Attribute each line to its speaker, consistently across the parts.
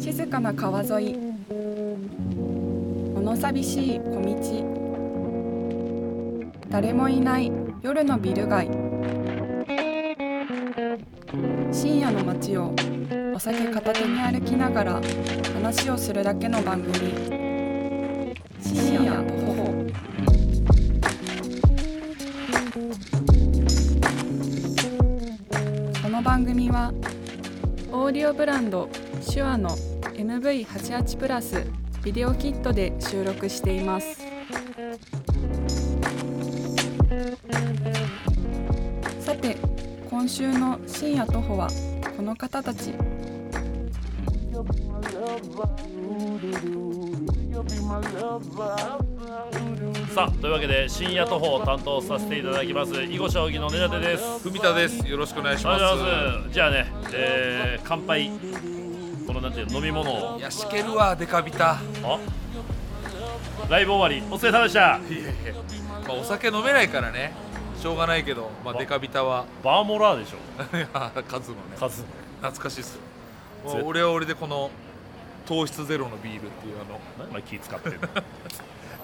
Speaker 1: 静かな川沿い物寂しい小道誰もいない夜のビル街深夜の街をお酒片手に歩きながら話をするだけの番組深夜徒歩この番組はオーディオブランド手話の MV88 プラスビデオキットで収録していますさて今週の深夜徒歩はこの方たち
Speaker 2: You'll be my lover. Ooh, doo, doo. You'll be my lover. Ooh, doo, doo.
Speaker 3: さあというわけで深夜徒歩を担当させていただきます囲碁将棋の根立です
Speaker 4: 文田です。よろしくお願いし
Speaker 3: あ
Speaker 4: ま
Speaker 3: り
Speaker 4: す。
Speaker 3: がとうございますじゃあね、えー、乾杯このなんていうの飲み物を
Speaker 4: いや、しけるわ、デカビタ。
Speaker 3: あライブ終わりお疲れ様でした
Speaker 4: いやいやいやまあ、お酒飲めないからね。しょうがないけど、まあ、デカビタは。
Speaker 3: バーモラーでしょ
Speaker 4: いや数のね。
Speaker 3: 数
Speaker 4: 懐かしいっすよ。まあ
Speaker 3: ぜ
Speaker 4: 俺は俺でこの。糖質ゼロのビールっていうあの
Speaker 3: 何お前気使ってんの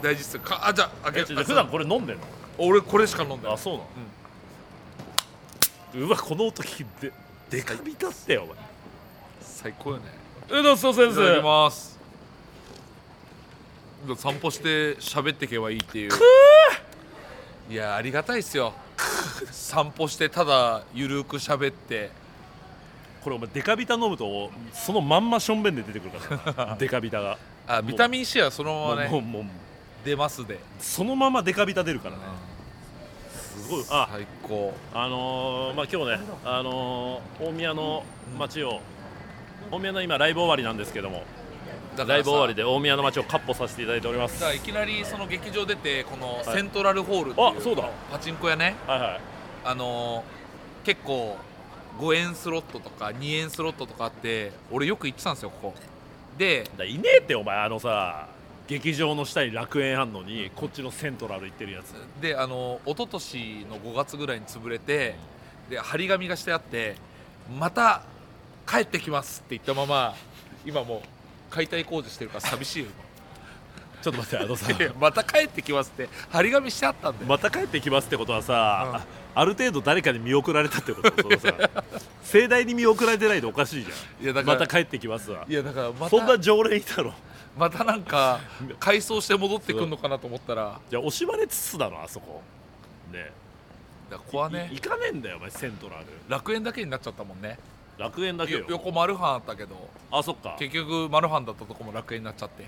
Speaker 4: 大事っすよかあじゃあ開
Speaker 3: えち
Speaker 4: け
Speaker 3: ょ普段これ飲んでん
Speaker 4: 俺これしか飲ん
Speaker 3: の
Speaker 4: でな
Speaker 3: あ
Speaker 4: い
Speaker 3: そうなの、うわこの音聞きででかみだってよお前
Speaker 4: 最高よね
Speaker 3: えどうぞ先
Speaker 4: いただき
Speaker 3: 生
Speaker 4: ます散歩して喋ってけばいいっていういやありがたいっすよ散歩してただゆるく喋って
Speaker 3: これお前デカビタ飲むとそのまんましょんべんで出てくるから なデカビタが
Speaker 4: あビタミン C はそ
Speaker 3: も
Speaker 4: のまま
Speaker 3: う
Speaker 4: ね
Speaker 3: もうもう
Speaker 4: 出ますで
Speaker 3: そのままデカビタ出るからねすごいあ
Speaker 4: 最高
Speaker 3: あのー、まあ今日ね、あのー、大宮の街を大宮の今ライブ終わりなんですけども
Speaker 4: だからさ
Speaker 3: ライブ終わりで大宮の街をカッ歩させていただいておりますは
Speaker 4: だから
Speaker 3: い
Speaker 4: いきなりその劇場出てこのセントラルホールって
Speaker 3: あそう
Speaker 4: いう
Speaker 3: だ
Speaker 4: パチンコ屋ね
Speaker 3: はい
Speaker 4: あのー結構5円スロットとか2円スロットとかあって俺よく行ってたんですよここで
Speaker 3: だいねえってお前あのさ劇場の下に楽園あんのにこっちのセントラル行ってるやつ
Speaker 4: であの一昨年の5月ぐらいに潰れてで張り紙がしてあって「また帰ってきます」って言ったまま今もう解体工事してるから寂しいよ
Speaker 3: ちょっと待ってあのさ
Speaker 4: 今いやまた帰ってき ますって張り紙してあったんだよ
Speaker 3: また帰ってきますってことはさ、ある程度誰かに見送られたってことそのさ 盛大に見送られてないとおかしいじゃん
Speaker 4: いやだか
Speaker 3: また
Speaker 4: ら
Speaker 3: 帰ってきますわ
Speaker 4: いやだからま
Speaker 3: そんな
Speaker 4: た
Speaker 3: 条例いたろ
Speaker 4: またなんか改装して戻ってくるのかなと思ったら
Speaker 3: じゃあ惜しまれつつだろあそこね
Speaker 4: だからここはね
Speaker 3: い行かねえんだよお前セントラル
Speaker 4: 楽園だけになっちゃったもんね
Speaker 3: 楽園だけよ
Speaker 4: よ横マルハンあったけど
Speaker 3: あそっか
Speaker 4: 結局マルハンだったとこも楽園になっちゃって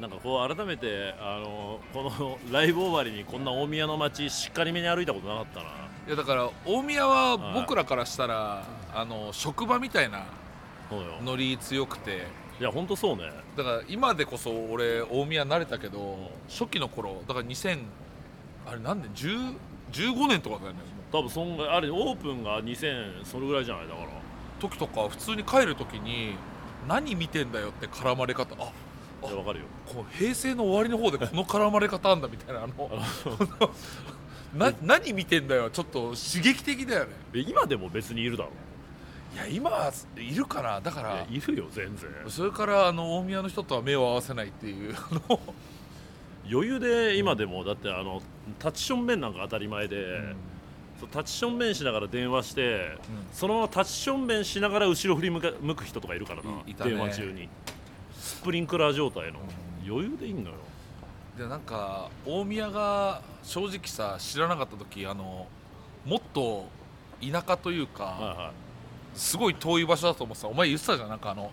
Speaker 3: なんかこう改めてあのこの ライブ終わりにこんな大宮の街しっかりめに歩いたことなかったない
Speaker 4: やだから大宮は僕らからしたらあの職場みたいな
Speaker 3: そうよ
Speaker 4: ノリ強くて
Speaker 3: いやほんとそうね
Speaker 4: だから今でこそ俺大宮慣れたけど初期の頃だから2000あれ何年10 15年とかだよねも
Speaker 3: 多分そんがあれオープンが2000それぐらいじゃないだから
Speaker 4: う時とか普通に帰る時に何見てんだよって絡まれ方あ
Speaker 3: いやわかるよ
Speaker 4: こう平成の終わりの方で この絡まれ方あんだみたいなあの な何見てんだよちょっと刺激的だよね
Speaker 3: え今でも別にいるだろ
Speaker 4: いや今はいるかなだか
Speaker 3: い
Speaker 4: ら
Speaker 3: やいるよ全然
Speaker 4: それからあの大宮の人とは目を合わせないっていうあの
Speaker 3: 余裕で今でもだってあのタッチション弁なんか当たり前で、そうタッチション弁しながら電話して、
Speaker 4: う
Speaker 3: そのままタッチション弁しながら後ろ振り向か向く人とかいるからない
Speaker 4: いたね
Speaker 3: 電話中にスプリンクラー状態の、余裕でいいんだよ
Speaker 4: でなんか大宮が正直さ知らなかった時あのもっと田舎というか、
Speaker 3: はいはい
Speaker 4: すごい遠い場所だと思ってたお前言ってたじゃんなんかあの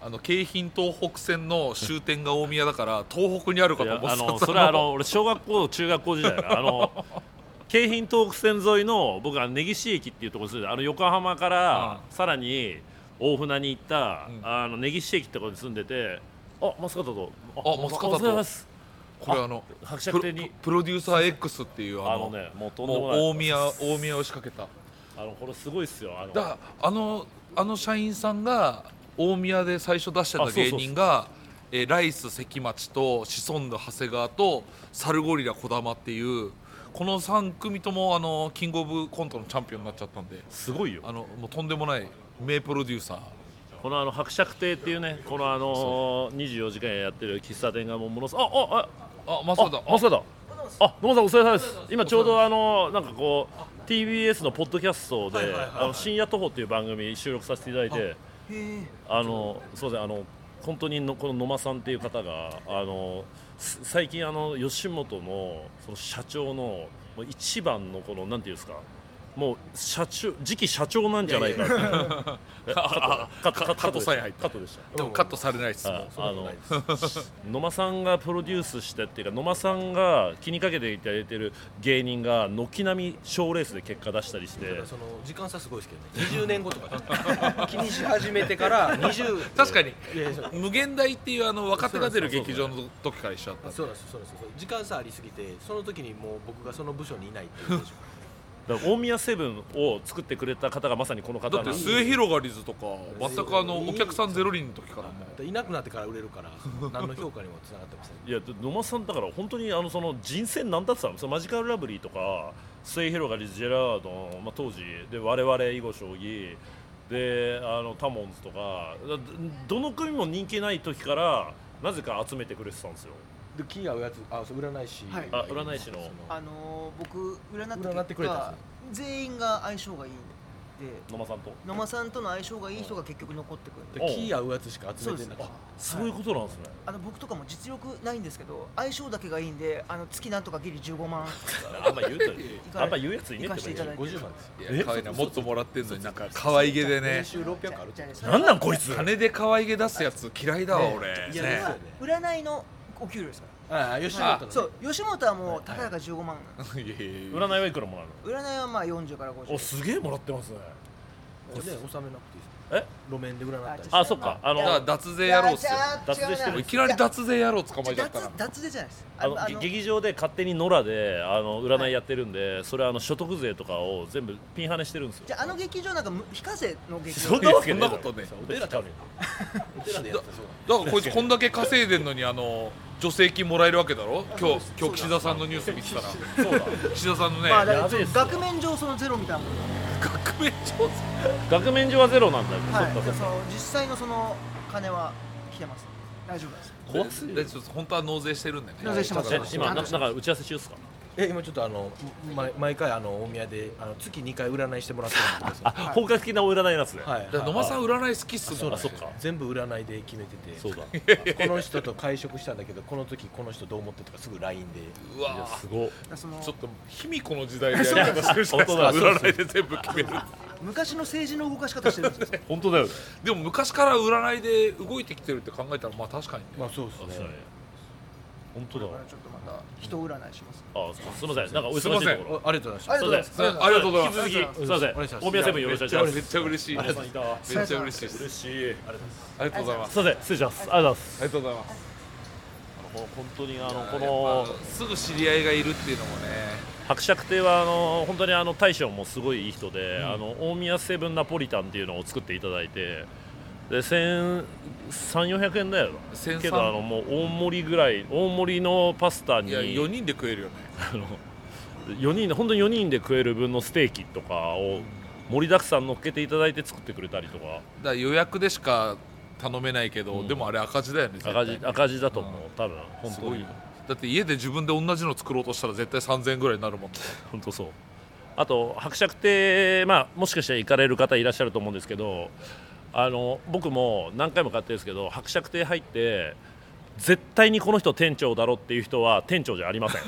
Speaker 4: あの京浜東北線の終点が大宮だから東北にあるか
Speaker 3: い
Speaker 4: と
Speaker 3: や
Speaker 4: 思っ
Speaker 3: あ
Speaker 4: てた
Speaker 3: のそれはあの俺小学校中学校時代だあの 京浜東北線沿いの僕は根岸駅っていうところに住んであの横浜から
Speaker 4: う
Speaker 3: さらに大船に行った、
Speaker 4: うん
Speaker 3: あの根岸駅ってところに住んでてあ松方と
Speaker 4: あ松方と
Speaker 3: おはようございます
Speaker 4: これあの
Speaker 3: 伯
Speaker 4: プ
Speaker 3: 爵
Speaker 4: ロ
Speaker 3: 邸に
Speaker 4: プロデューサー X っていうあ
Speaker 3: あの
Speaker 4: の
Speaker 3: ねもうとんで
Speaker 4: も
Speaker 3: も
Speaker 4: う
Speaker 3: ない
Speaker 4: 大宮大宮を仕掛けた
Speaker 3: あのこれすごいっすよあの
Speaker 4: だからあのあの社員さんが大宮で最初出して
Speaker 3: あそ
Speaker 4: た
Speaker 3: うそう
Speaker 4: 芸
Speaker 3: そう
Speaker 4: 人がえーライス関町とシソンヌ長谷川とサルゴリラ児玉っていうこの3組ともあのキングオブコントのチャンピオンになっちゃったんです
Speaker 3: ごいよ
Speaker 4: あのもうとんでもない名プロデューサー
Speaker 3: このあの伯爵邸っていうねこのあの24時間やってる喫茶店がもうものすごいあああ
Speaker 4: あマス
Speaker 3: あ
Speaker 4: オだ
Speaker 3: マスだあ野本さんお疲れ様です今ちょうどあのなんかこう TBS のポッドキャストで
Speaker 4: はいはいはいはい
Speaker 3: あの深夜徒歩っていう番組収録させていただいて
Speaker 4: へえ
Speaker 3: あのすみませんあの本当にのこの野間さんっていう方があのす最近あの吉本のその社長のもう一番のこのなんていうんですかもう社長次期社長なんじゃないかってえ カットカットカ
Speaker 4: カ
Speaker 3: ッ
Speaker 4: ッ
Speaker 3: ト
Speaker 4: ト
Speaker 3: でし
Speaker 4: さ
Speaker 3: た
Speaker 4: え入った
Speaker 3: カットでした
Speaker 4: でもカットされないですも
Speaker 3: あ
Speaker 4: う
Speaker 3: あの野間さんがプロデュースしたっていうか野間さんが気にかけていただいてる芸人が軒並み賞レースで結果出したりして
Speaker 5: その時間差すごいですけどね20年後とか ね気にし始めてから20
Speaker 4: 確かに
Speaker 5: いやいやそう
Speaker 4: 無限大っていうあの若手が出る劇場の時から一緒だったんで
Speaker 5: そうなんですそうなんですそう時間差ありすぎてその時にもう僕がその部署にいないっていう
Speaker 3: だから大宮セブンを作ってくれた方がまさにこの方な
Speaker 4: だっ
Speaker 3: んで
Speaker 4: て
Speaker 3: す
Speaker 4: 末広がりずとか全くあのお客さんゼロ人の時からもう
Speaker 5: いなくなってから売れるから何の評価にもつながってません
Speaker 3: いや野間さんだから本当にあのその人生何だってたのそのマジカルラブリーとか末広がりジェラードン、まあ、当時で我々囲碁将棋であのタモンズとかだどの組も人気ない時からなぜか集めてくれてたんですよ
Speaker 5: でキー合うやつあそう占い師、
Speaker 6: はい
Speaker 3: あ占い師の
Speaker 5: そ
Speaker 6: あのー僕占った結
Speaker 5: 占
Speaker 6: 果
Speaker 5: ってくれたんで
Speaker 6: 全員が相性がいいんで
Speaker 3: 野間さんと
Speaker 6: 野間さんとの相性がいい人が結局残ってくるんで
Speaker 5: でキー合うやつしか集めてなかっ
Speaker 6: そう
Speaker 3: そ
Speaker 6: で
Speaker 3: ういうことなんですね、
Speaker 6: あの僕とかも実力ないんですけど相性だけがいいんであの月なんとかギリ15万
Speaker 3: あんま言うとあんま言うやついね
Speaker 6: 行かせて
Speaker 3: え
Speaker 6: い
Speaker 3: って
Speaker 6: た
Speaker 3: ば
Speaker 5: た
Speaker 6: だいて
Speaker 5: 50万ですよ
Speaker 4: いや可愛いなもっともらってんのになんか可愛げでね
Speaker 5: 年収600ある
Speaker 6: じゃあですね
Speaker 3: なんなんこいつ
Speaker 4: 金で可愛げ出すやつ嫌いだわ俺
Speaker 5: ねいや
Speaker 6: それ
Speaker 4: ね
Speaker 6: は占いのお給料ですか
Speaker 5: ああ吉本
Speaker 6: ら、は
Speaker 5: の
Speaker 6: い
Speaker 5: ね
Speaker 6: そう吉本はもうたかだか15万
Speaker 4: いやいや いや
Speaker 3: 占いはいくらもらう
Speaker 6: 占いはまあ40から
Speaker 3: のお
Speaker 6: 50
Speaker 3: すげえもらってますね
Speaker 5: これね納めなくていい
Speaker 3: え
Speaker 5: 路面で占ったりして
Speaker 3: あそっかあの
Speaker 4: だから脱税野郎っすよ
Speaker 3: 脱税してる
Speaker 4: もういきなり脱税野郎捕まえちゃった
Speaker 6: 脱
Speaker 4: な
Speaker 6: 脱税じゃないです
Speaker 3: あのげ劇場で勝手に野良であの占いやってるんで、それはあの所得税とかを全部ピンハネしてるんですよ
Speaker 6: じゃああの劇場なんかむ非課税の劇
Speaker 3: そ
Speaker 6: 場
Speaker 3: んなわけ
Speaker 4: そ
Speaker 3: ねえ
Speaker 4: ん
Speaker 3: だ
Speaker 4: な
Speaker 3: ろ
Speaker 4: ことね
Speaker 5: そう
Speaker 3: 出
Speaker 5: 俺
Speaker 3: た
Speaker 5: ら
Speaker 3: ちゃ
Speaker 5: だ
Speaker 3: うね
Speaker 5: 俺らでやったらそ
Speaker 4: だ
Speaker 5: う
Speaker 4: からこいつこんだけ稼いでんのにあの助成金もらえるわけだろ今日今日岸田さんのニュース見てたら
Speaker 3: そうだ
Speaker 4: 岸田さんのね
Speaker 6: まあだ
Speaker 3: や
Speaker 6: か
Speaker 3: べえっ
Speaker 6: ら
Speaker 3: すよ
Speaker 6: 額面上そのゼロみたいなもの
Speaker 4: 革命調査
Speaker 3: 額面上はゼロなんだよ、
Speaker 6: はい
Speaker 3: そっかそっ
Speaker 6: そ
Speaker 3: か
Speaker 6: の実際のその金は来てます大丈夫です
Speaker 3: 怖すぎる
Speaker 4: でちょっと本当は納税してるんでね
Speaker 6: 納税してます
Speaker 4: だ
Speaker 3: え
Speaker 4: から
Speaker 3: 今ななんか打ち合わせ中ですか
Speaker 5: え今ちょっとあのま毎回あの大宮であの月2回占いしてもらってるんですけ
Speaker 3: あ、本格的なお占いなんですね、
Speaker 5: どはい
Speaker 4: だから野間さん占い好きっすもん
Speaker 3: そうだそっか
Speaker 5: 全部占いで決めてて
Speaker 3: そうだ
Speaker 5: この人と会食したんだけどこの時この人どう思ってとかすぐ LINE で
Speaker 4: うわ
Speaker 3: すごい
Speaker 6: だからその
Speaker 4: ちょっと卑弥呼の時代でやり方してるじゃな いですか
Speaker 3: そうだ
Speaker 4: 占いで全部決める
Speaker 6: 昔の政治の動かし方してるんですよ
Speaker 3: 本当だよね
Speaker 4: でも昔から占いで動いてきてるって考えたらまあ確かにね
Speaker 5: まあそう
Speaker 3: そう
Speaker 5: で
Speaker 3: だ
Speaker 5: す
Speaker 3: ね
Speaker 5: ね
Speaker 3: 本当だわ
Speaker 6: ちょっとまた人占いします
Speaker 3: あすみませんなんかお忙しいところ
Speaker 5: おありがとうございま
Speaker 6: あ
Speaker 5: し
Speaker 6: りがとうございます
Speaker 3: そうだね
Speaker 4: ありがとうございます
Speaker 3: 引き続きすみませ
Speaker 5: お願いしま
Speaker 3: ん
Speaker 5: す
Speaker 3: 大宮セブンよろしくお願いし
Speaker 4: め
Speaker 3: ま
Speaker 4: っ
Speaker 3: す
Speaker 4: ちゃ嬉しい
Speaker 3: あ
Speaker 4: め
Speaker 3: り
Speaker 4: っ
Speaker 3: がとうございます
Speaker 6: めっ
Speaker 4: ち
Speaker 6: ち
Speaker 4: ゃ
Speaker 6: ゃ
Speaker 4: 嬉
Speaker 6: 嬉
Speaker 4: しい
Speaker 6: し
Speaker 4: で
Speaker 3: 嬉
Speaker 4: す
Speaker 3: しいありがとうございます
Speaker 4: ありがとうございます
Speaker 3: すみません失礼しますありがとうございます
Speaker 4: ありがとうございます
Speaker 3: あの本当にあのこ
Speaker 4: やっ
Speaker 3: の
Speaker 4: ぱすぐ知り合いがいるっていうのもね
Speaker 3: 伯爵邸はあの本当にあの大将もすごいいい人で、あの大宮セブンナポリタンっていうのを作っていただいてで1300400円だよ
Speaker 4: 1300
Speaker 3: けどあのもう大盛りぐらい大盛りのパスタに
Speaker 4: いや4人で食えるよね
Speaker 3: あの4人本当に4人で食える分のステーキとかを盛りだくさん乗っけていただいて作ってくれたりとか
Speaker 4: だから予約でしか頼めないけど、
Speaker 3: うん
Speaker 4: でもあれ赤字だよね
Speaker 3: 赤字
Speaker 4: 絶対
Speaker 3: 赤字だと思う多分本
Speaker 4: す
Speaker 3: 当
Speaker 4: ごい
Speaker 3: に
Speaker 4: よだって家で自分で同じの作ろうとしたら絶対3000円ぐらいになる もんね
Speaker 3: 本当そうあと伯爵邸、まあ、もしかしたら行かれる方いらっしゃると思うんですけどあの僕も何回も買ってるんですけど伯爵邸入って絶対にこの人店長だろっていう人は店長じゃありま せん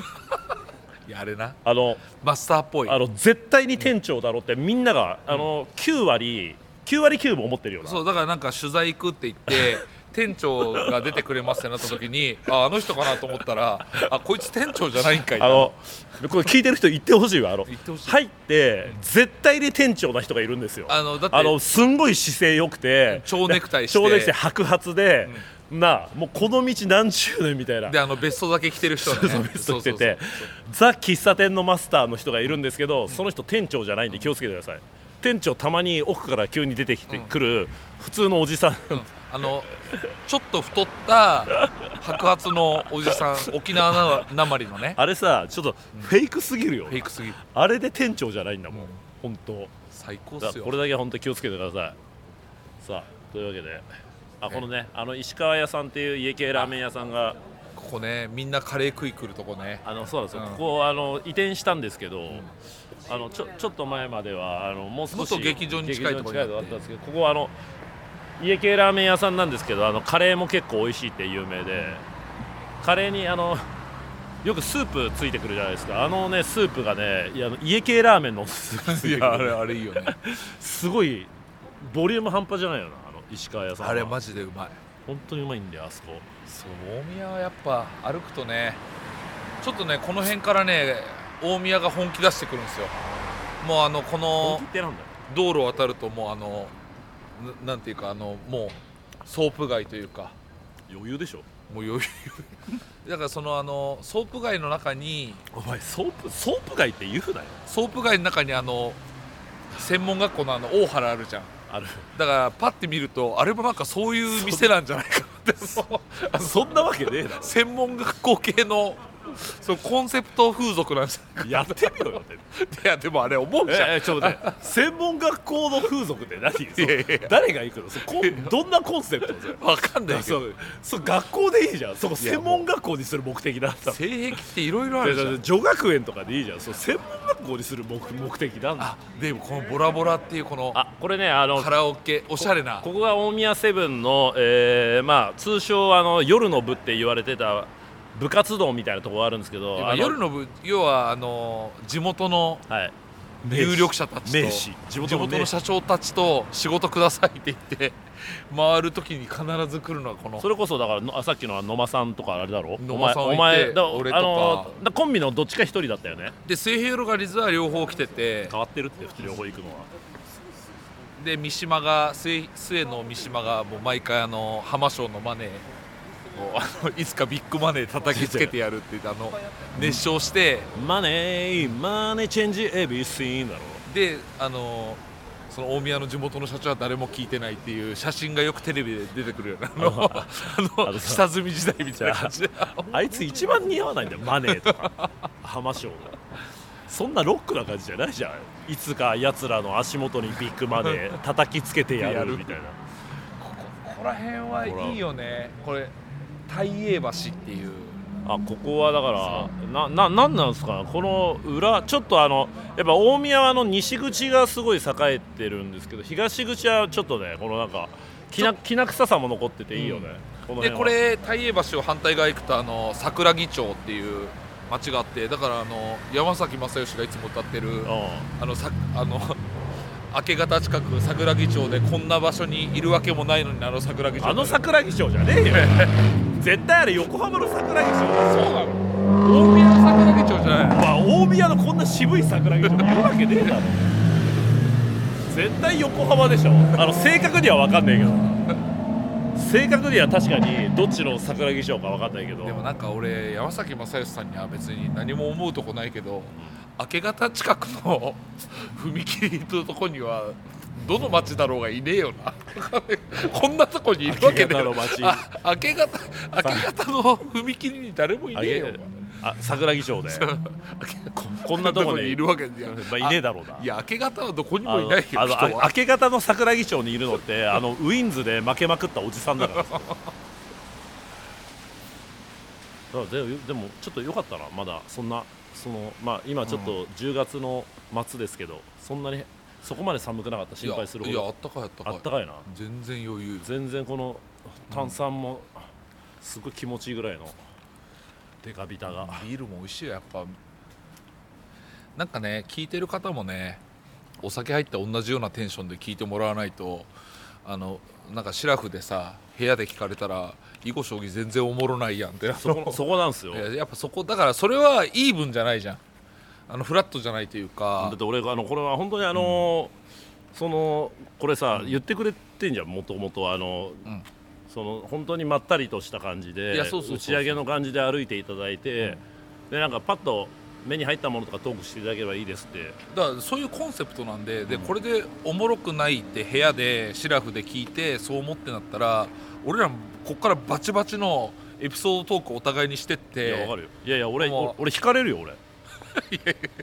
Speaker 4: いやあれな
Speaker 3: あの
Speaker 4: マスターっぽい
Speaker 3: あの絶対に店長だろってみんながあの9割9割9分思ってるような
Speaker 4: そうだからなんか取材行くって 言って店長が出てくれますってなった時にああの人かなと思ったらあこいつ店長じゃないんかいな
Speaker 3: あのこれ聞いてる人言ってほしいわあの
Speaker 4: 言ってほしい
Speaker 3: 入って絶対に店長な人がいるんですよ
Speaker 4: あのだって
Speaker 3: あのすんごい姿勢良くて
Speaker 4: 蝶ネクタイして
Speaker 3: 蝶ネクタイ白髪で、なあもうこの道何十年みたいな
Speaker 4: であのベストだけ着てる人ね
Speaker 3: そうそうベスト着ててザ喫茶店のマスターの人がいるんですけどその人店長じゃないんで気をつけてください店長たまに奥から急に出てきてくる普通のおじさ ん
Speaker 4: あのちょっと太った白髪のおじさん沖縄ななまりのね
Speaker 3: あれさちょっとフェイクすぎるよ
Speaker 4: フェイクすぎる
Speaker 3: あれで店長じゃないんだもん本当
Speaker 4: 最高っ
Speaker 3: だ
Speaker 4: す
Speaker 3: から
Speaker 4: よ
Speaker 3: これだけは本当に気をつけてくださいさあというわけであこのねあの石川屋さんっていう家系ラーメン屋さんが
Speaker 4: ここねみんなカレー食い来るとこね
Speaker 3: あのそうなんですよ、
Speaker 4: うん
Speaker 3: ここあの移転したんですけど、あのちょちょっと前まではあのもう少し
Speaker 4: もっと劇場に近いところにあ
Speaker 3: 劇場に近いところだ
Speaker 4: って
Speaker 3: ったんですけどここはあの家系ラーメン屋さんなんですけどあのカレーも結構美味しいって有名でカレーにあのよくスープついてくるじゃないですかあのねスープがねいやあの家系ラーメンのスープつ
Speaker 4: い
Speaker 3: いて
Speaker 4: やあ
Speaker 3: く
Speaker 4: れ
Speaker 3: る
Speaker 4: あれいいよね
Speaker 3: すごいボリューム半端じゃないよなあの石川屋さんは
Speaker 4: あれマジでうまい
Speaker 3: 本当にうまいんだよあそこ
Speaker 4: そう大宮はやっぱ歩くとねちょっとねこの辺からね大宮が本気出してくるんですよもうあのこ
Speaker 3: 本
Speaker 4: の
Speaker 3: 気ってなんだよ
Speaker 4: 道路を渡るともうあのななんていうかあのもうソープ街というか
Speaker 3: 余裕でしょ
Speaker 4: もう余裕 だからそのあのソープ街の中に
Speaker 3: お前ソープソープ街って言うなよ
Speaker 4: ソープ街の中にあの専門学校のあの大原あるじゃん
Speaker 3: ある
Speaker 4: だからパッて見るとあれもなんかそういう店なんじゃないかなってそう
Speaker 3: あそんなわけねえだ
Speaker 4: 専門学校系のそのコンセプト風俗なんじゃない
Speaker 3: ろやってみろよ って
Speaker 4: かいやでもあれ思うじゃん
Speaker 3: ええちょっと待って専門学校の風俗って何
Speaker 4: いやいや
Speaker 3: そう誰が行くのそうこんどんなコンセプトそれ
Speaker 4: わかんないけ
Speaker 3: そ
Speaker 4: ど
Speaker 3: うそう学校でいいじゃんそこ専門学校にする目的だったの
Speaker 4: 性癖っていろいろあ
Speaker 3: いや
Speaker 4: る
Speaker 3: だ
Speaker 4: じゃ
Speaker 3: って
Speaker 4: ん
Speaker 3: 女学園とかでいいじゃんそう専門学校にする目目的なんだ
Speaker 4: あでもこのボラボラっていうこの
Speaker 3: あこれねあの
Speaker 4: カラオケおしゃれな
Speaker 3: ここが大宮セブンの、えーまあ、通称あの夜の部って言われてた部活動みたいなところあるんですけど
Speaker 4: 今
Speaker 3: あの
Speaker 4: 夜の部要はあの地元の
Speaker 3: はい、
Speaker 4: 有力者たちと
Speaker 3: 名士地
Speaker 4: 地
Speaker 3: 元
Speaker 4: 元
Speaker 3: の名士
Speaker 4: の社長たちと仕事くださいって言って 回るときに必ず来るのがこの
Speaker 3: それこそだからのあさっきの野間さんとかあれだろ
Speaker 4: 野間さん
Speaker 3: お前お前
Speaker 4: いて
Speaker 3: だ
Speaker 4: 俺とか
Speaker 3: あのだコンビのどっちか一人だったよね
Speaker 4: で水平ロガリズは両方来てて
Speaker 3: 変わってるって普通両方行くのは
Speaker 4: で三島が末末の三島がもう毎回あの浜省のマネーをあ のいつかビッグマネー叩きつけてやるって言ってあの熱唱して
Speaker 3: マネーマネーチェンジエビスインだろ
Speaker 4: であのその大宮の地元の社長は誰も聞いてないっていう写真がよくテレビで出てくるようなあのあ
Speaker 3: あ
Speaker 4: の
Speaker 3: のさ
Speaker 4: 下積み時代みたいな感 じで
Speaker 3: あいつ一番似合わないんだよマネーとか浜省がそんなロックな感じじゃないじゃんいつかやつらの足元にビッグマネー叩きつけてやるみたいな
Speaker 4: ここここら辺はいいよねこれ大英橋っていう
Speaker 3: あここはだからなななんなんですかこの裏ちょっとあのやっぱ大宮はあの西口がすごい栄えてるんですけど東口はちょっとねこのなんかきなきな臭さも残ってていいよね、この
Speaker 4: で
Speaker 3: 辺は
Speaker 4: これ大英橋を反対側行くとあの桜木町っていう町があってだからあの山崎正義がいつも歌ってる
Speaker 3: う
Speaker 4: あのさあの明け方近く桜木町でこんな場所にいるわけもないのにあの桜木町
Speaker 3: んあの桜木町じゃねえよ 絶対あれ横浜の桜木町
Speaker 4: そうなの大宮の桜木町じゃない
Speaker 3: まあ、大宮のこんな渋い桜木町いるわけねえだろ絶対横浜でしょあの正確には分かんないけど正確には確かにどっちの桜木町か分かんないけど
Speaker 4: でもなんか俺山崎正義さんには別に何も思うとこないけど明け方近くの 踏切のとこにはどの町だろうがいねえよな こんなとこにいるわけだ
Speaker 3: 明け方
Speaker 4: よ
Speaker 3: の町
Speaker 4: あ明け方明け方の踏切に誰もいね
Speaker 3: あ
Speaker 4: え
Speaker 3: げ
Speaker 4: よ
Speaker 3: あ桜木町で
Speaker 4: お前明け
Speaker 3: ここんなとこに
Speaker 4: いるわけじゃ
Speaker 3: まあいねえだろうない
Speaker 4: や明け方はどこに
Speaker 3: あ
Speaker 4: もい
Speaker 3: の
Speaker 4: ないよ人
Speaker 3: あのあ明
Speaker 4: は
Speaker 3: け方の桜木町にいるのってあのウィンズで負けまくったおじさんだからさだ からででもちょっと良かったなまだそんなそのまあ今ちょっと10月の末ですけど、そんなにそこまで寒くなかった心配するほ
Speaker 4: いやいやあ
Speaker 3: ど
Speaker 4: ったかいあったか
Speaker 3: あ
Speaker 4: い
Speaker 3: ったかいな
Speaker 4: 全然余裕
Speaker 3: 全然この炭酸もすごい気持ちいいぐらい のデカビタが
Speaker 4: ビールも美味しいよやっぱなんかね聞いてる方もねお酒入った同じようなテンションで聞いてもらわないとあのなんかシラフでさ部屋で聞かれたら囲碁将棋全然おもろないやんってなる
Speaker 3: そこそこなんですよ
Speaker 4: いややっぱそこだからそれはイーブンじゃないじゃんあのフラットじゃないとい
Speaker 3: だ
Speaker 4: うか
Speaker 3: って俺あのこれは本当にあの、そのこれさ言ってくれてんじゃんもともとあの、
Speaker 4: ん
Speaker 3: その本当にまったりとした感じ
Speaker 4: い
Speaker 3: で
Speaker 4: やそうそうそうそう
Speaker 3: 打ち上げの感じで歩いていただいて、でなんかパッと目に入ったものとかトークしていただければいいですって
Speaker 4: だからそういうコンセプトなんででこれでおもろくないって部屋でシラフで聞いてそう思ってなったら俺らこっからバチバチのエピソードトークお互いにしてっ
Speaker 3: い
Speaker 4: て
Speaker 3: やわかるよいやいや俺
Speaker 4: もう
Speaker 3: 俺惹かれる よ俺い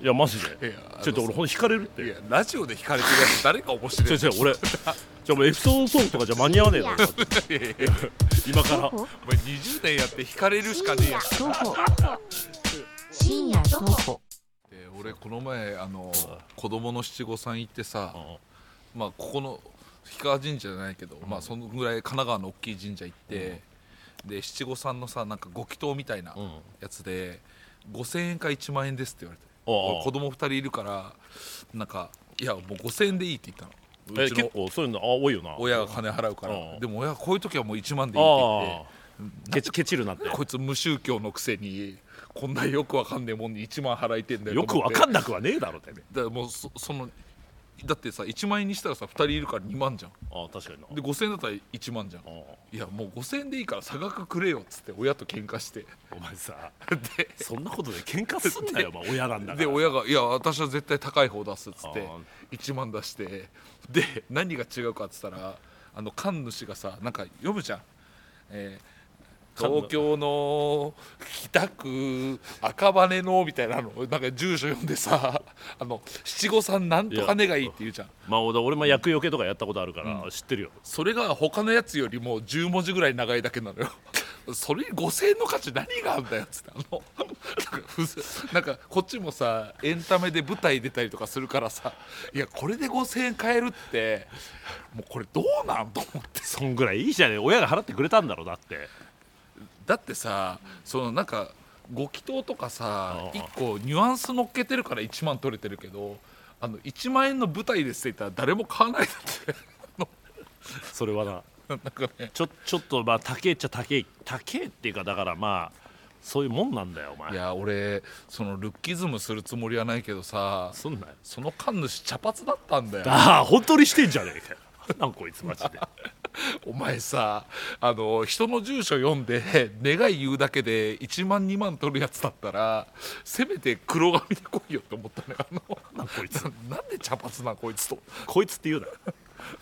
Speaker 3: やマジで
Speaker 4: いやあの
Speaker 3: ちょっと俺ほんと惹かれるって
Speaker 4: いやラジオで聞かれてるやつ誰が面白い
Speaker 3: 違う違う俺じゃあもうエピソードソングとかじゃ間に合わねえだろだって
Speaker 4: いやいや
Speaker 3: 今から
Speaker 7: 徒歩
Speaker 4: お前20年やって引かれるしかねえやん
Speaker 7: 徒歩深夜徒歩
Speaker 4: で俺この前あの子供の七五三行ってさ、まあここの氷川神社じゃないけど、まあそのぐらい神奈川の大きい神社行って、で七五三のさなんかご祈祷みたいな
Speaker 3: うん
Speaker 4: やつで、5,000円か1万円ですって言われて、
Speaker 3: ああ
Speaker 4: 俺子供2人いるからなんかいやもう5,000円でいいって言ったの
Speaker 3: え
Speaker 4: うち
Speaker 3: 結
Speaker 4: の
Speaker 3: 構そういうのあ多いよな
Speaker 4: 親が金払うから、
Speaker 3: うん
Speaker 4: でも親はこういう時はもう1万でいいって言って
Speaker 3: あ。あケチケチるなって
Speaker 4: こいつ無宗教のくせにこんなよくわかんねえもんに1万払いてんだよ
Speaker 3: よくわか
Speaker 4: ん
Speaker 3: んなくはねえだろってね
Speaker 4: だからもうそそのだってさ1万円にしたらさ2人いるから2万じゃん
Speaker 3: ああ確かにな
Speaker 4: で5000円だったら1万じゃん
Speaker 3: ああ
Speaker 4: いやもう5000円でいいから差額くれよっつって親と喧嘩して
Speaker 3: お前さ そんなことで喧嘩すんなよお前親なんだから
Speaker 4: で親が「いや私は絶対高い方出す」っつって
Speaker 3: あ
Speaker 4: 1万出してで何が違うかっつったらあの神主がさなんか読むじゃん、えー
Speaker 3: 神主
Speaker 4: 東京の北区赤羽のみたいなのなんか住所読んでさあの七五三なんとかねがいいって言うじゃん
Speaker 3: まあ俺も役よけとかやったことあるから知ってるよ、
Speaker 4: それが他のやつよりも10文字ぐらい長いだけなのよ それに5000円の価値何があんだよっつってあの なんかふざなんかこっちもさエンタメで舞台出たりとかするからさいやこれで5000円買えるってもうこれどうなんと思って
Speaker 3: そんぐらいいいじゃねえ親が払ってくれたんだろだって
Speaker 4: だってさそのなんかご祈祷とかさ
Speaker 3: うん
Speaker 4: 一個ニュアンス乗っけてるから1万取れてるけどあの1万円の舞台ですって言ったら誰も買わないだって
Speaker 3: それはな
Speaker 4: なんかね
Speaker 3: ちょちょっとまあ高えっちゃ高え高えっていうかだからまあそういうもんなんだよお前
Speaker 4: いや俺そのルッキズムするつもりはないけどさ
Speaker 3: すんなよ
Speaker 4: その神主茶髪だったんだよ
Speaker 3: ああ本当にしてんじゃねえかよなんこいつマジで
Speaker 4: お前さあの人の住所読んで願い言うだけで1万2万取るやつだったらせめて黒髪で来いよって思ったねあの
Speaker 3: なんこいつ
Speaker 4: ななんで茶髪なんこいつと
Speaker 3: こいつって言うな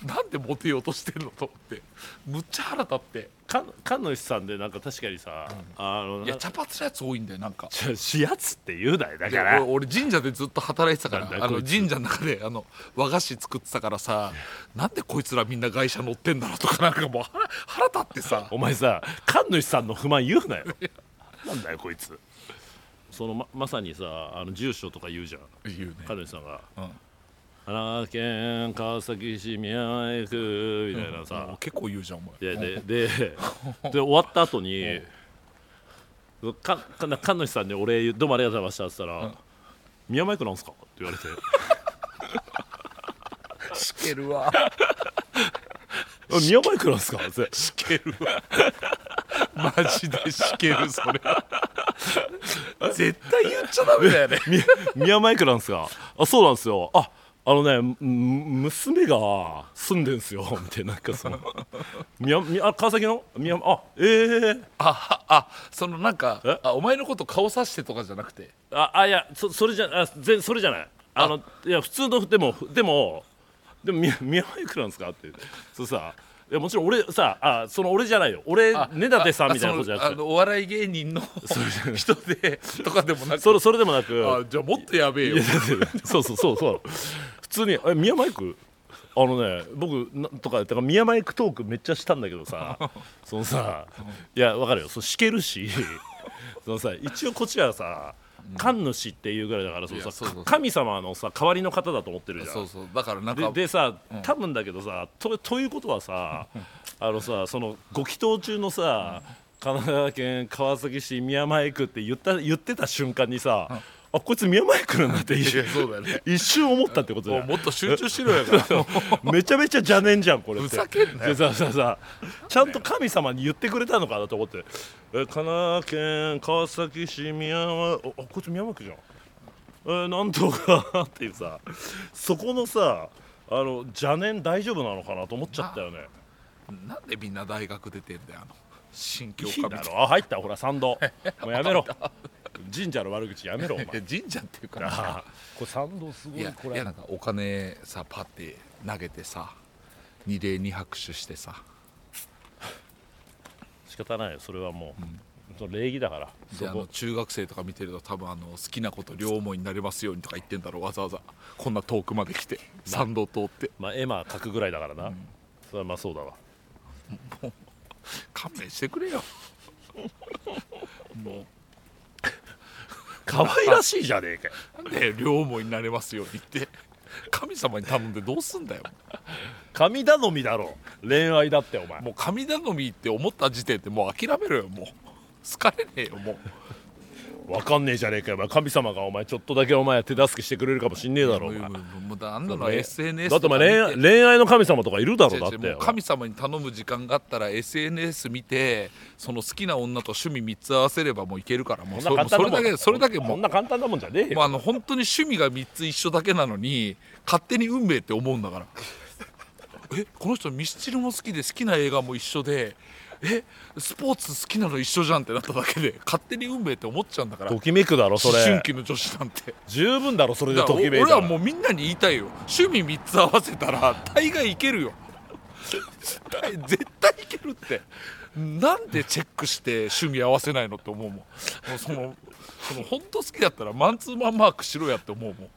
Speaker 4: なんでモテようとしてんのと思ってむっちゃ腹立って
Speaker 3: か神主さんでなんか確かにさ、あの
Speaker 4: いや茶髪のやつ多いんだよなんか
Speaker 3: ちょ始圧って言うなよだ
Speaker 4: い
Speaker 3: か
Speaker 4: や
Speaker 3: ら
Speaker 4: 俺俺神社でずっと働いてたから
Speaker 3: なんだ
Speaker 4: あの
Speaker 3: こいつ
Speaker 4: 神社の中であの和菓子作ってたからさなんでこいつらみんな外車乗ってんだろうとかなんかもう腹腹立ってさ
Speaker 3: お前さ神主さんの不満言うなよなんだよこいつそのままさにさあの住所とか言うじゃん
Speaker 4: 言うね
Speaker 3: 神主さんが
Speaker 4: うん
Speaker 3: 「神奈川県川崎市宮前区」みたいなさ、
Speaker 4: うん結構言うじゃんお前
Speaker 3: でででで終わった後にかかな神主さんに「俺どうもありがとうございました」って言ったら「宮前区なんすか?」って言われて
Speaker 4: しけるわ
Speaker 3: 「あ宮前区なんすか?」って
Speaker 4: しけるわマジでしけるそ れは絶対言っちゃダメだよね
Speaker 3: み宮前区なんですがあそうなんですよああのねん娘が住んでんすよ みたいななんかその宮宮あ川崎の宮あええ
Speaker 4: ああそのなんか
Speaker 3: え
Speaker 4: あお前のこと顔さしてとかじゃなくて
Speaker 3: ああいやそそれじゃあぜそれじゃないあのいや普通のでもでもでも宮宮前区なんですかってそうさいやもちろん俺さあその俺じゃないよ俺根建さんみたいなことじゃなく
Speaker 4: あ
Speaker 3: て
Speaker 4: のお笑い芸人の人でとかでもなく
Speaker 3: それそれでもなく
Speaker 4: あじゃあもっとやべえよ
Speaker 3: いやだってそうそうそうそう普通に「え宮前区あのね僕なとかだから宮前区トークめっちゃしたんだけど さそのさいやわかるよそうしけるし そのさ一応こっちはさ神主っていうぐらいだからその
Speaker 4: いやそうそうそ
Speaker 3: さ
Speaker 4: う
Speaker 3: 神様のさ代わりの方だと思ってるじゃん
Speaker 4: そうそうだからなん
Speaker 3: で
Speaker 4: か
Speaker 3: でさ多分だけどさとということはさあのさそのご祈祷中のさ神奈川県川崎市宮前区って言った言ってた瞬間にさ、あこいつ宮前区なんだって一
Speaker 4: いや
Speaker 3: 瞬
Speaker 4: そうだよね
Speaker 3: 一瞬思ったってことじ
Speaker 4: も
Speaker 3: ゃ
Speaker 4: うんもっと集中しろ よから
Speaker 3: めちゃめちゃ邪念じゃんこれって
Speaker 4: ふざけんな
Speaker 3: で
Speaker 4: よ
Speaker 3: さささちゃんと神様に言ってくれたのかなと思って「え神奈川県川崎市宮前ああこいつ宮前区じゃん」えーなんとかっていうさそこのさあの邪念大丈夫なのかなと思っちゃったよね
Speaker 4: なんでみんな大学出てんだよあの新教
Speaker 3: い
Speaker 4: 科
Speaker 3: い
Speaker 4: みた
Speaker 3: だ
Speaker 4: いな
Speaker 3: ろあ入ったほら参 道もうやめろ神社の悪口やめろお前
Speaker 4: いや 神社っていうかな
Speaker 3: あーこれ参道すご
Speaker 4: い
Speaker 3: い
Speaker 4: や
Speaker 3: こ
Speaker 4: い
Speaker 3: れ
Speaker 4: やなんかお金さパッて投げてさ二礼二拍手してさ
Speaker 3: 仕方ないよそれはもう、その礼儀だから
Speaker 4: であの中学生とか見てると多分あの好きなこと両思いになれますようにとか言ってんだろわざわざこんな遠くまで来て参道通って
Speaker 3: まあ、絵馬書くぐらいだからな、それはまあそうだわ
Speaker 4: 勘弁してくれよも
Speaker 3: 可愛らしいじゃねえかよ
Speaker 4: うなんで両思いになれますようにって神様に頼んでどうすんだよ
Speaker 3: 神頼みだろ恋愛だってお前
Speaker 4: もう神頼みって思った時点でもう諦めろよもう 好かれねえよもう
Speaker 3: わかんねえじゃねえかよお前神様がお前ちょっとだけお前手助けしてくれるかもしんねえだろお
Speaker 4: もう
Speaker 3: 前
Speaker 4: もうもうだあんな
Speaker 3: そ
Speaker 4: の
Speaker 3: うね
Speaker 4: SNS
Speaker 3: だってお前
Speaker 4: とか見
Speaker 3: 恋愛恋愛の神様とかいるだろ
Speaker 4: 違う
Speaker 3: だっ
Speaker 4: 違う
Speaker 3: て
Speaker 4: もう神様に頼む時間があったら SNS 見てその好きな女と趣味3つ合わせればもういけるからもう
Speaker 3: そ
Speaker 4: そ
Speaker 3: んな
Speaker 4: もうそ
Speaker 3: 簡
Speaker 4: れ
Speaker 3: 単なも
Speaker 4: だ
Speaker 3: ん
Speaker 4: けそれだけも
Speaker 3: そ
Speaker 4: うん
Speaker 3: な簡単なもんじゃねえよ
Speaker 4: もうあの本当に趣味が3つ一緒だけなのに勝手に運命って思うんだから えこの人ミスチルも好きで好きな映画も一緒でえスポーツ好きなの一緒じゃんってなっただけで勝手に運命って思っちゃうんだから
Speaker 3: ときめくだろそ
Speaker 4: 思春
Speaker 3: れ
Speaker 4: 期の女子なんて
Speaker 3: 十分だろそれで
Speaker 4: だか
Speaker 3: と
Speaker 4: ら
Speaker 3: きめいた
Speaker 4: 俺
Speaker 3: ら
Speaker 4: はもうみんなに言いたいよ趣味3つ合わせたら大概いけるよ絶対絶対いけるってなんでチェックして趣味合わせないのって思うもんもうそのその本当好きだったらマンツーマンマークしろやって思うもん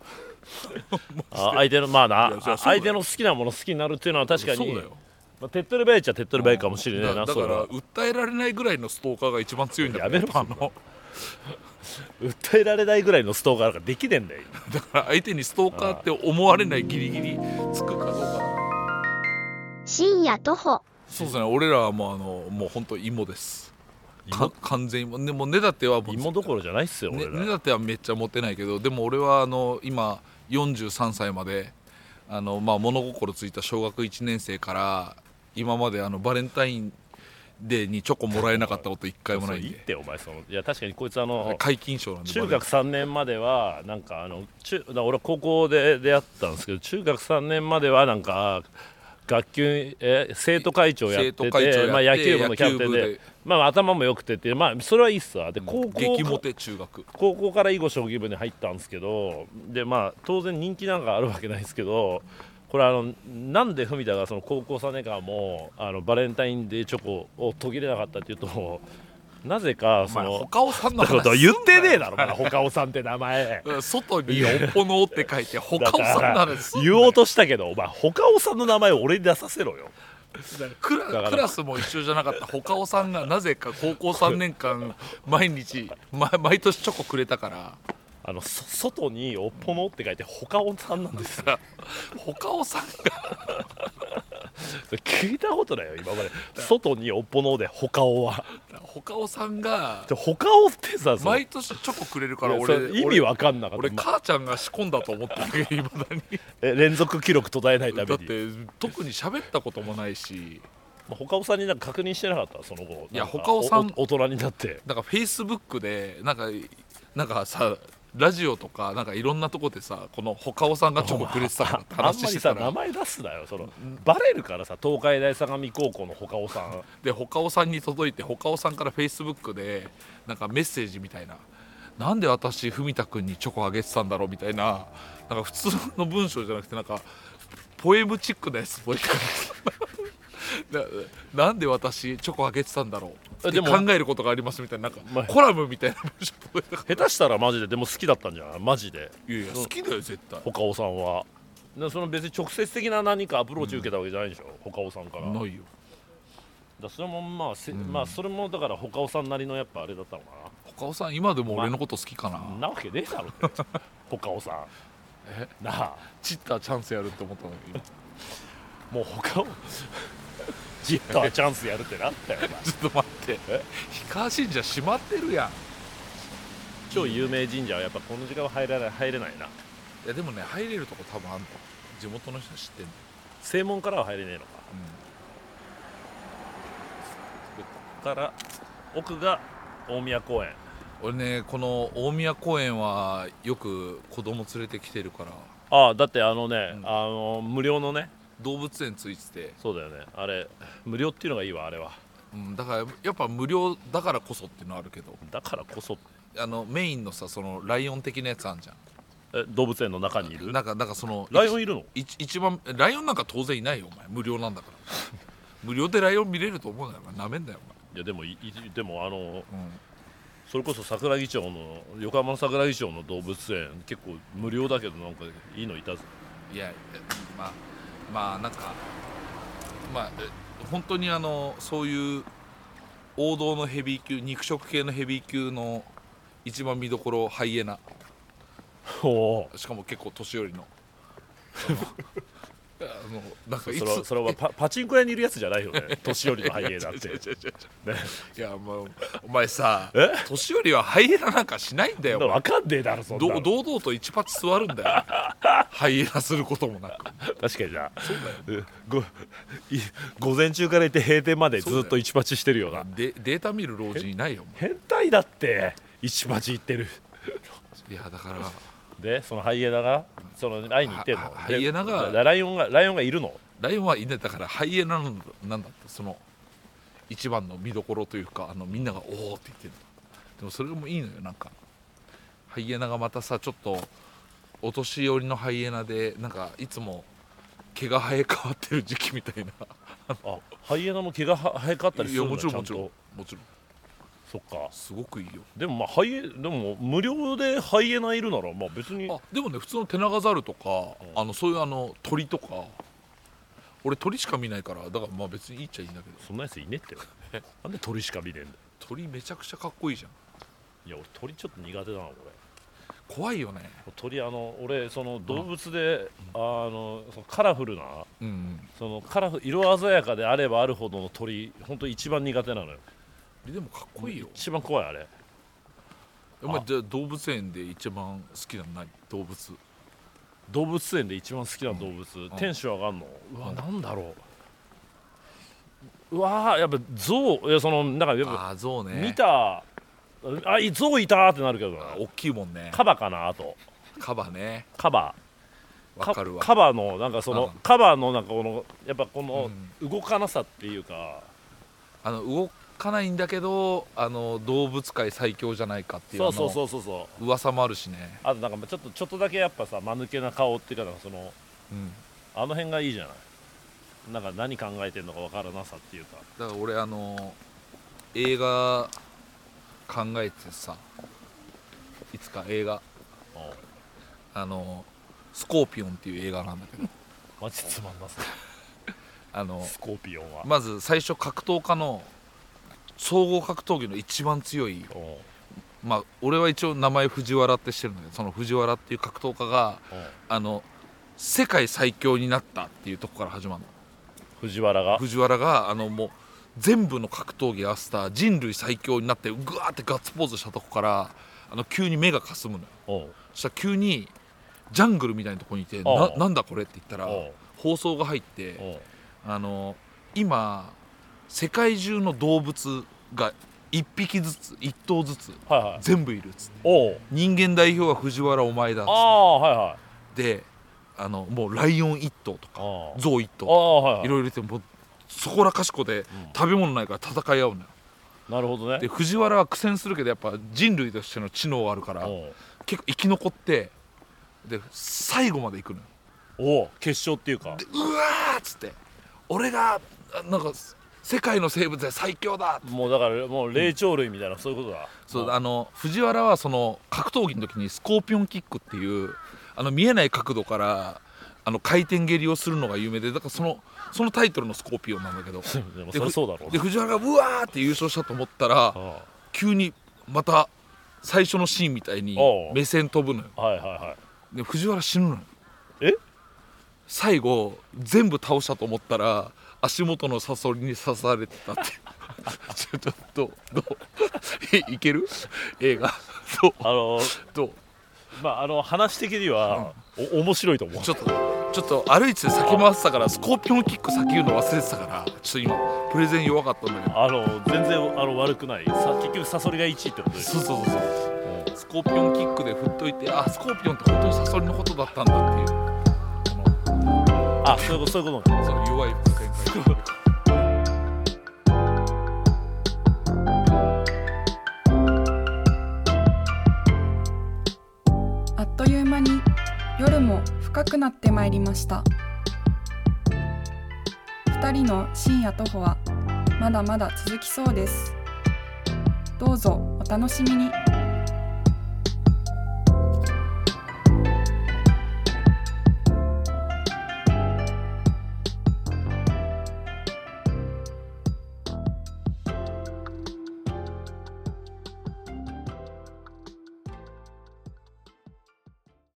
Speaker 3: あ相手のまあ
Speaker 4: い
Speaker 3: な
Speaker 4: やそりゃそうだよ
Speaker 3: 相手の好きなもの好きになるっていうのは確か
Speaker 4: そう
Speaker 3: に
Speaker 4: だよ
Speaker 3: まあ手っ取り早いっちゃ手っ取り早いかもしれない
Speaker 4: だ
Speaker 3: な
Speaker 4: だ
Speaker 3: そ
Speaker 4: か
Speaker 3: れ
Speaker 4: ら
Speaker 3: は
Speaker 4: 訴えられないぐらいのストーカーが一番強いんだから
Speaker 3: やめろ
Speaker 4: あの
Speaker 3: 訴えられないぐらいのストーカーなんかできねえんだよ今
Speaker 4: だから相手にストーカーって思われないギリギリつくかどうか
Speaker 7: 深夜徒歩
Speaker 4: そうですね俺らはもうあのもう本当芋です
Speaker 3: 芋
Speaker 4: か完全芋でも根立てはもう
Speaker 3: 芋どころじゃないっすよ俺
Speaker 4: ね
Speaker 3: ら、
Speaker 4: 根立てはめっちゃモテないけどでも俺はあの今43歳まであの、まあ、物心ついた小学1年生から今まであのバレンタインデーにチョコもらえなかったこと一回も
Speaker 3: そ
Speaker 4: な
Speaker 3: う
Speaker 4: いん
Speaker 3: いいっ
Speaker 4: で
Speaker 3: てお前そのいや確かにこいつあの
Speaker 4: 解禁賞なんで
Speaker 3: 中
Speaker 4: バレン
Speaker 3: 学3年まではなんかあの中だから俺は高校で出会ったんですけど中学3年まではなんか学級え生徒会長やって
Speaker 4: 生
Speaker 3: て
Speaker 4: 徒会長やって
Speaker 3: まあ、野球部のキャプテンで
Speaker 4: 野球部で
Speaker 3: まあ、頭も良くてって、まあ、それはいいっすわで高校
Speaker 4: タイン激モテ中学
Speaker 3: 高校から囲碁将棋部に入ったんですけどでまあ当然人気なんかあるわけないですけどこれあのなんで文田がその高校3年間もあのバレンタインデーチョコを途切れなかったっていうとなぜか
Speaker 4: お
Speaker 3: そ
Speaker 4: 前
Speaker 3: の
Speaker 4: 他をさんの
Speaker 3: こと
Speaker 4: 話
Speaker 3: 言ってねえだろまだほかおさんって名前
Speaker 4: 外に「おっぽの」って書いて他をさんの話すんな
Speaker 3: 言おうとしたけどお前ほかおさんの名前を俺に出させろよ
Speaker 4: ク
Speaker 3: だから
Speaker 4: ラクラスも一緒じゃなかった他をさんがなぜか高校3年間毎日、ま、毎年チョコくれたから。
Speaker 3: あのそ外に「おっぽの」って書いてほかおさんなんですよ
Speaker 4: 他をさんが
Speaker 3: 聞いたことないよ今まで外に「おっぽの」でほかおは
Speaker 4: 他をさんが
Speaker 3: でほかおってさその
Speaker 4: 毎年チョコくれるから
Speaker 3: いやそ
Speaker 4: 俺
Speaker 3: れ意味わかんなかった
Speaker 4: 俺俺
Speaker 3: ま
Speaker 4: 母ちゃんが仕込んだと思ってるけどいまだに
Speaker 3: え連続記録途絶えないた
Speaker 4: だ
Speaker 3: め
Speaker 4: っ
Speaker 3: に、
Speaker 4: て特に喋ったこともないし
Speaker 3: まあ、他尾さんになんか確認してなかったその後
Speaker 4: いや
Speaker 3: なんか
Speaker 4: 他尾さん
Speaker 3: おお大人になって
Speaker 4: なんかフェイスブックでなんかなんかさラジオとかなんかいろんなとこでさこの他をさんがチョコくれてたからって
Speaker 3: あん
Speaker 4: 話
Speaker 3: ま
Speaker 4: し
Speaker 3: り
Speaker 4: て
Speaker 3: さ
Speaker 4: た
Speaker 3: 名
Speaker 4: ら
Speaker 3: 前出すなよそのバレるからさ東海大相模高校の他尾さん
Speaker 4: で他尾さんに届いて他尾さんからフェイスブックでなんかメッセージみたいな「なんで私文田君にチョコあげてたんだろう」みたいななんか普通の文章じゃなくてなんかポエムチックなやつポエムチックな ななんで私チョコあげてたんだろう
Speaker 3: え
Speaker 4: って
Speaker 3: でも
Speaker 4: 考えることがありますみたいななん
Speaker 3: まあ
Speaker 4: かコラムみたいな文章届いたか
Speaker 3: 下手したらマジででも好きだったんじゃないマジで
Speaker 4: らいやいや好きだよ絶対
Speaker 3: 他尾さんはなその別に直接的な何かアプローチ受けたわけじゃないでしょ、他尾さんからだ
Speaker 4: な
Speaker 3: か
Speaker 4: いよ
Speaker 3: らそれもまあ、せまあそれもだから他尾さんなりのやっぱあれだったのか
Speaker 4: 他尾さん今でも俺のこと好きかな、
Speaker 3: な、んなわけねえだろ 他尾さん
Speaker 4: え
Speaker 3: なあ
Speaker 4: チッターチャンスやるって思ったのに
Speaker 3: もう他をジッターチャンスやるってなったよお前
Speaker 4: ちょっと待って
Speaker 3: え
Speaker 4: 氷川神社閉まってるやん
Speaker 3: 超有名神社はやっぱこの時間は入らない入れないない
Speaker 4: やでもね入れるとこ多分あんの地元の人は知ってんの、
Speaker 3: 正門からは入れねえのかこっから奥が大宮公園
Speaker 4: 俺ねこの大宮公園はよく子供連れてきてるから
Speaker 3: ああだってあのね、
Speaker 4: うん
Speaker 3: あの無料のね
Speaker 4: 動物園ついてて、
Speaker 3: そうだよねあれ無料っていうのがいいわあれは
Speaker 4: うん、だからやっぱ無料だからこそっていうのはあるけど
Speaker 3: だからこそ
Speaker 4: あのメインのさそのライオン的なやつあんじゃん
Speaker 3: え動物園の中にいる
Speaker 4: なんかなんかその
Speaker 3: ライオン
Speaker 4: い
Speaker 3: いるの
Speaker 4: 一一番ライオンなんか当然いないよお前無料なんだから無料でライオン見れると思うなよなめんなよ
Speaker 3: いやでもいいでもあの
Speaker 4: お前、うん
Speaker 3: それこそ桜木町の横浜の桜木町の動物園結構無料だけどなんかいいのいたぞ
Speaker 4: いやまあまあなんかまあえ本当にあのそういう王道のヘビー級肉食系のヘビー級の一番見どころハイエナ
Speaker 3: おお
Speaker 4: しかも結構年寄りのそのあのなんかいつ
Speaker 3: それそれはパパチンコ屋にいるやつじゃ ないよね年寄りのハイエナって
Speaker 4: 違う違う違う違う
Speaker 3: ね
Speaker 4: いやもうお前さ
Speaker 3: え
Speaker 4: 年寄りはハイエナなんかしないんだよ
Speaker 3: 分かんねえだろそんな
Speaker 4: ど
Speaker 3: の
Speaker 4: 堂々と一発座るんだよハイエナすることもなく
Speaker 3: 確かになうんごい午前中から行って閉店までずっと一八してるような
Speaker 4: でデータ見る老人いないよも
Speaker 3: 変態だって一八行ってる
Speaker 4: ういやだから
Speaker 3: でそのハイエナがその会いに行ってんの
Speaker 4: はは
Speaker 3: で
Speaker 4: ハイエナが
Speaker 3: ラライオンがライオンがい るの
Speaker 4: ライオンはいないだからハイエナなんだなんだってその一番の見どころというかあのみんなが「おお!」って言ってるでもそれもいいのよなんかハイエナがまたさちょっとお年寄りのハイエナでなんかいつも毛が生え変わってる時期みたいな
Speaker 3: あハイエナも毛がは生え変わったり
Speaker 4: い
Speaker 3: す
Speaker 4: や
Speaker 3: るの
Speaker 4: もちろんも
Speaker 3: ち
Speaker 4: ち
Speaker 3: ゃん
Speaker 4: ろ
Speaker 3: と
Speaker 4: んもちろん
Speaker 3: そっか
Speaker 4: すごくいいよ
Speaker 3: でもまあハイエでも無料でハイエナいるならまあ別に
Speaker 4: あでもね普通のテナガザルとか、
Speaker 3: うん
Speaker 4: あのそういうあの鳥とか俺鳥しか見ないからだからまあ別にいいっちゃいいんだけど
Speaker 3: そんなやついね えってなんで鳥しか見ねえんだよ
Speaker 4: 鳥めちゃくちゃかっこいいじゃん
Speaker 3: いや俺鳥ちょっと苦手だな俺
Speaker 4: 怖いよね
Speaker 3: 鳥あの俺その動物で、あのそのカラフルな
Speaker 4: うんうん
Speaker 3: そのカラフ色鮮やかであればあるほどの鳥本当一番苦手なのよ
Speaker 4: でもかっこいいよ
Speaker 3: 一番怖いあれ
Speaker 4: お前じゃあ動物園で一番好きなの何動物
Speaker 3: 動物園で一番好きな動物、
Speaker 4: ん
Speaker 3: テンション上がんのうわ、
Speaker 4: うん
Speaker 3: なんだろううわーやっぱ象いやそのなんかやっぱ
Speaker 4: ああゾウね
Speaker 3: 見たあい象いたーってなるけどな
Speaker 4: あ大きいもんね
Speaker 3: カバかなあと
Speaker 4: カバね
Speaker 3: カバ
Speaker 4: わかるわ
Speaker 3: カバのなんかその
Speaker 4: うん
Speaker 3: カバのなんかこのやっぱこの動かなさっていうか、
Speaker 4: あの動かないんだけどあの動物界最強じゃないかっていう
Speaker 3: そうそう
Speaker 4: う
Speaker 3: そうそうそう
Speaker 4: 噂もあるしね
Speaker 3: あとなんかちょっとちょっとだけやっぱさ間抜けな顔っていうかなんかその
Speaker 4: うん
Speaker 3: あの辺がいいじゃないなんか何考えてんのかわからなさっていうか
Speaker 4: だから俺あの映画考えてさいつか映画
Speaker 3: うん
Speaker 4: あのスコーピオンっていう映画なんだ けど
Speaker 3: マジつまんなさ
Speaker 4: あの
Speaker 3: スコーピオンは、
Speaker 4: まず最初格闘家の総合格闘技の一番強い
Speaker 3: うんうん
Speaker 4: まあ俺は一応名前藤原ってしてるんだけどその藤原っていう格闘家があの世界最強になったっていうとこから始まるの
Speaker 3: 藤原が
Speaker 4: 藤原があのもう全部の格闘技合わせた人類最強になってぐわーってガッツポーズしたとこからあの急に目がかすむのよ
Speaker 3: うん
Speaker 4: そしたら急にジャングルみたいなとこにいて
Speaker 3: あ
Speaker 4: 「な
Speaker 3: あ
Speaker 4: なんだこれ?」って言ったら
Speaker 3: うん
Speaker 4: 放送が入って
Speaker 3: うん
Speaker 4: あの今世界中の動物が1匹ずつ1頭ずつ
Speaker 3: はいはい
Speaker 4: 全部いるっつって
Speaker 3: おう
Speaker 4: 人間代表は藤原お前だっ
Speaker 3: ああはいはい
Speaker 4: つってあのもうライオン1頭と
Speaker 3: あ
Speaker 4: か
Speaker 3: ー
Speaker 4: ゾウ1
Speaker 3: あ
Speaker 4: 頭
Speaker 3: ーはいはい
Speaker 4: いろいろいてもうそこらかしこで食べ物ないから戦い合うのよ
Speaker 3: なるほどね
Speaker 4: で藤原は苦戦するけどやっぱ人類としての知能あるから
Speaker 3: うん
Speaker 4: 結構生き残ってで最後まで行くのよ
Speaker 3: おう決勝っていうか
Speaker 4: でうわーっつって俺があなんか世界の生物で最強だ
Speaker 3: もうだからもう霊長類みたいな、そういうことだ
Speaker 4: そう
Speaker 3: あ
Speaker 4: あの藤原はその格闘技の時にスコーピオンキックっていうあの見えない角度からあの回転蹴りをするのが有名でだからそのそのタイトルのスコーピオンなんだけど
Speaker 3: でも
Speaker 4: で
Speaker 3: そりゃそうだろう
Speaker 4: で
Speaker 3: な
Speaker 4: 藤原がうわーって優勝したと思ったら
Speaker 3: うん
Speaker 4: 急にまた最初のシーンみたいに
Speaker 3: おう
Speaker 4: 目線飛ぶのよ
Speaker 3: はいはいはい
Speaker 4: で藤原死ぬのよ
Speaker 3: え
Speaker 4: 最後全部倒したと思ったら足元のサソリに刺されてたって ちょっとどうどう えいける映画どう
Speaker 3: あの
Speaker 4: どう
Speaker 3: まああの話的には、お面白いと思う
Speaker 4: ちょっとちょっと歩いてて先回ってたからスコーピオンキック先言うの忘れてたからちょっと今プレゼン弱かったんだけど
Speaker 3: あの全然あの悪くないさ結局サソリが1位ってことです
Speaker 4: そうそうそうそうスコーピオンキックで振っといてあスコーピオンって本当にサソリのことだったんだっていう
Speaker 3: あそういうことそういうことね
Speaker 4: その弱い展開
Speaker 1: あっという間に夜も深くなってまいりました2人の深夜徒歩はまだまだ続きそうですどうぞお楽しみに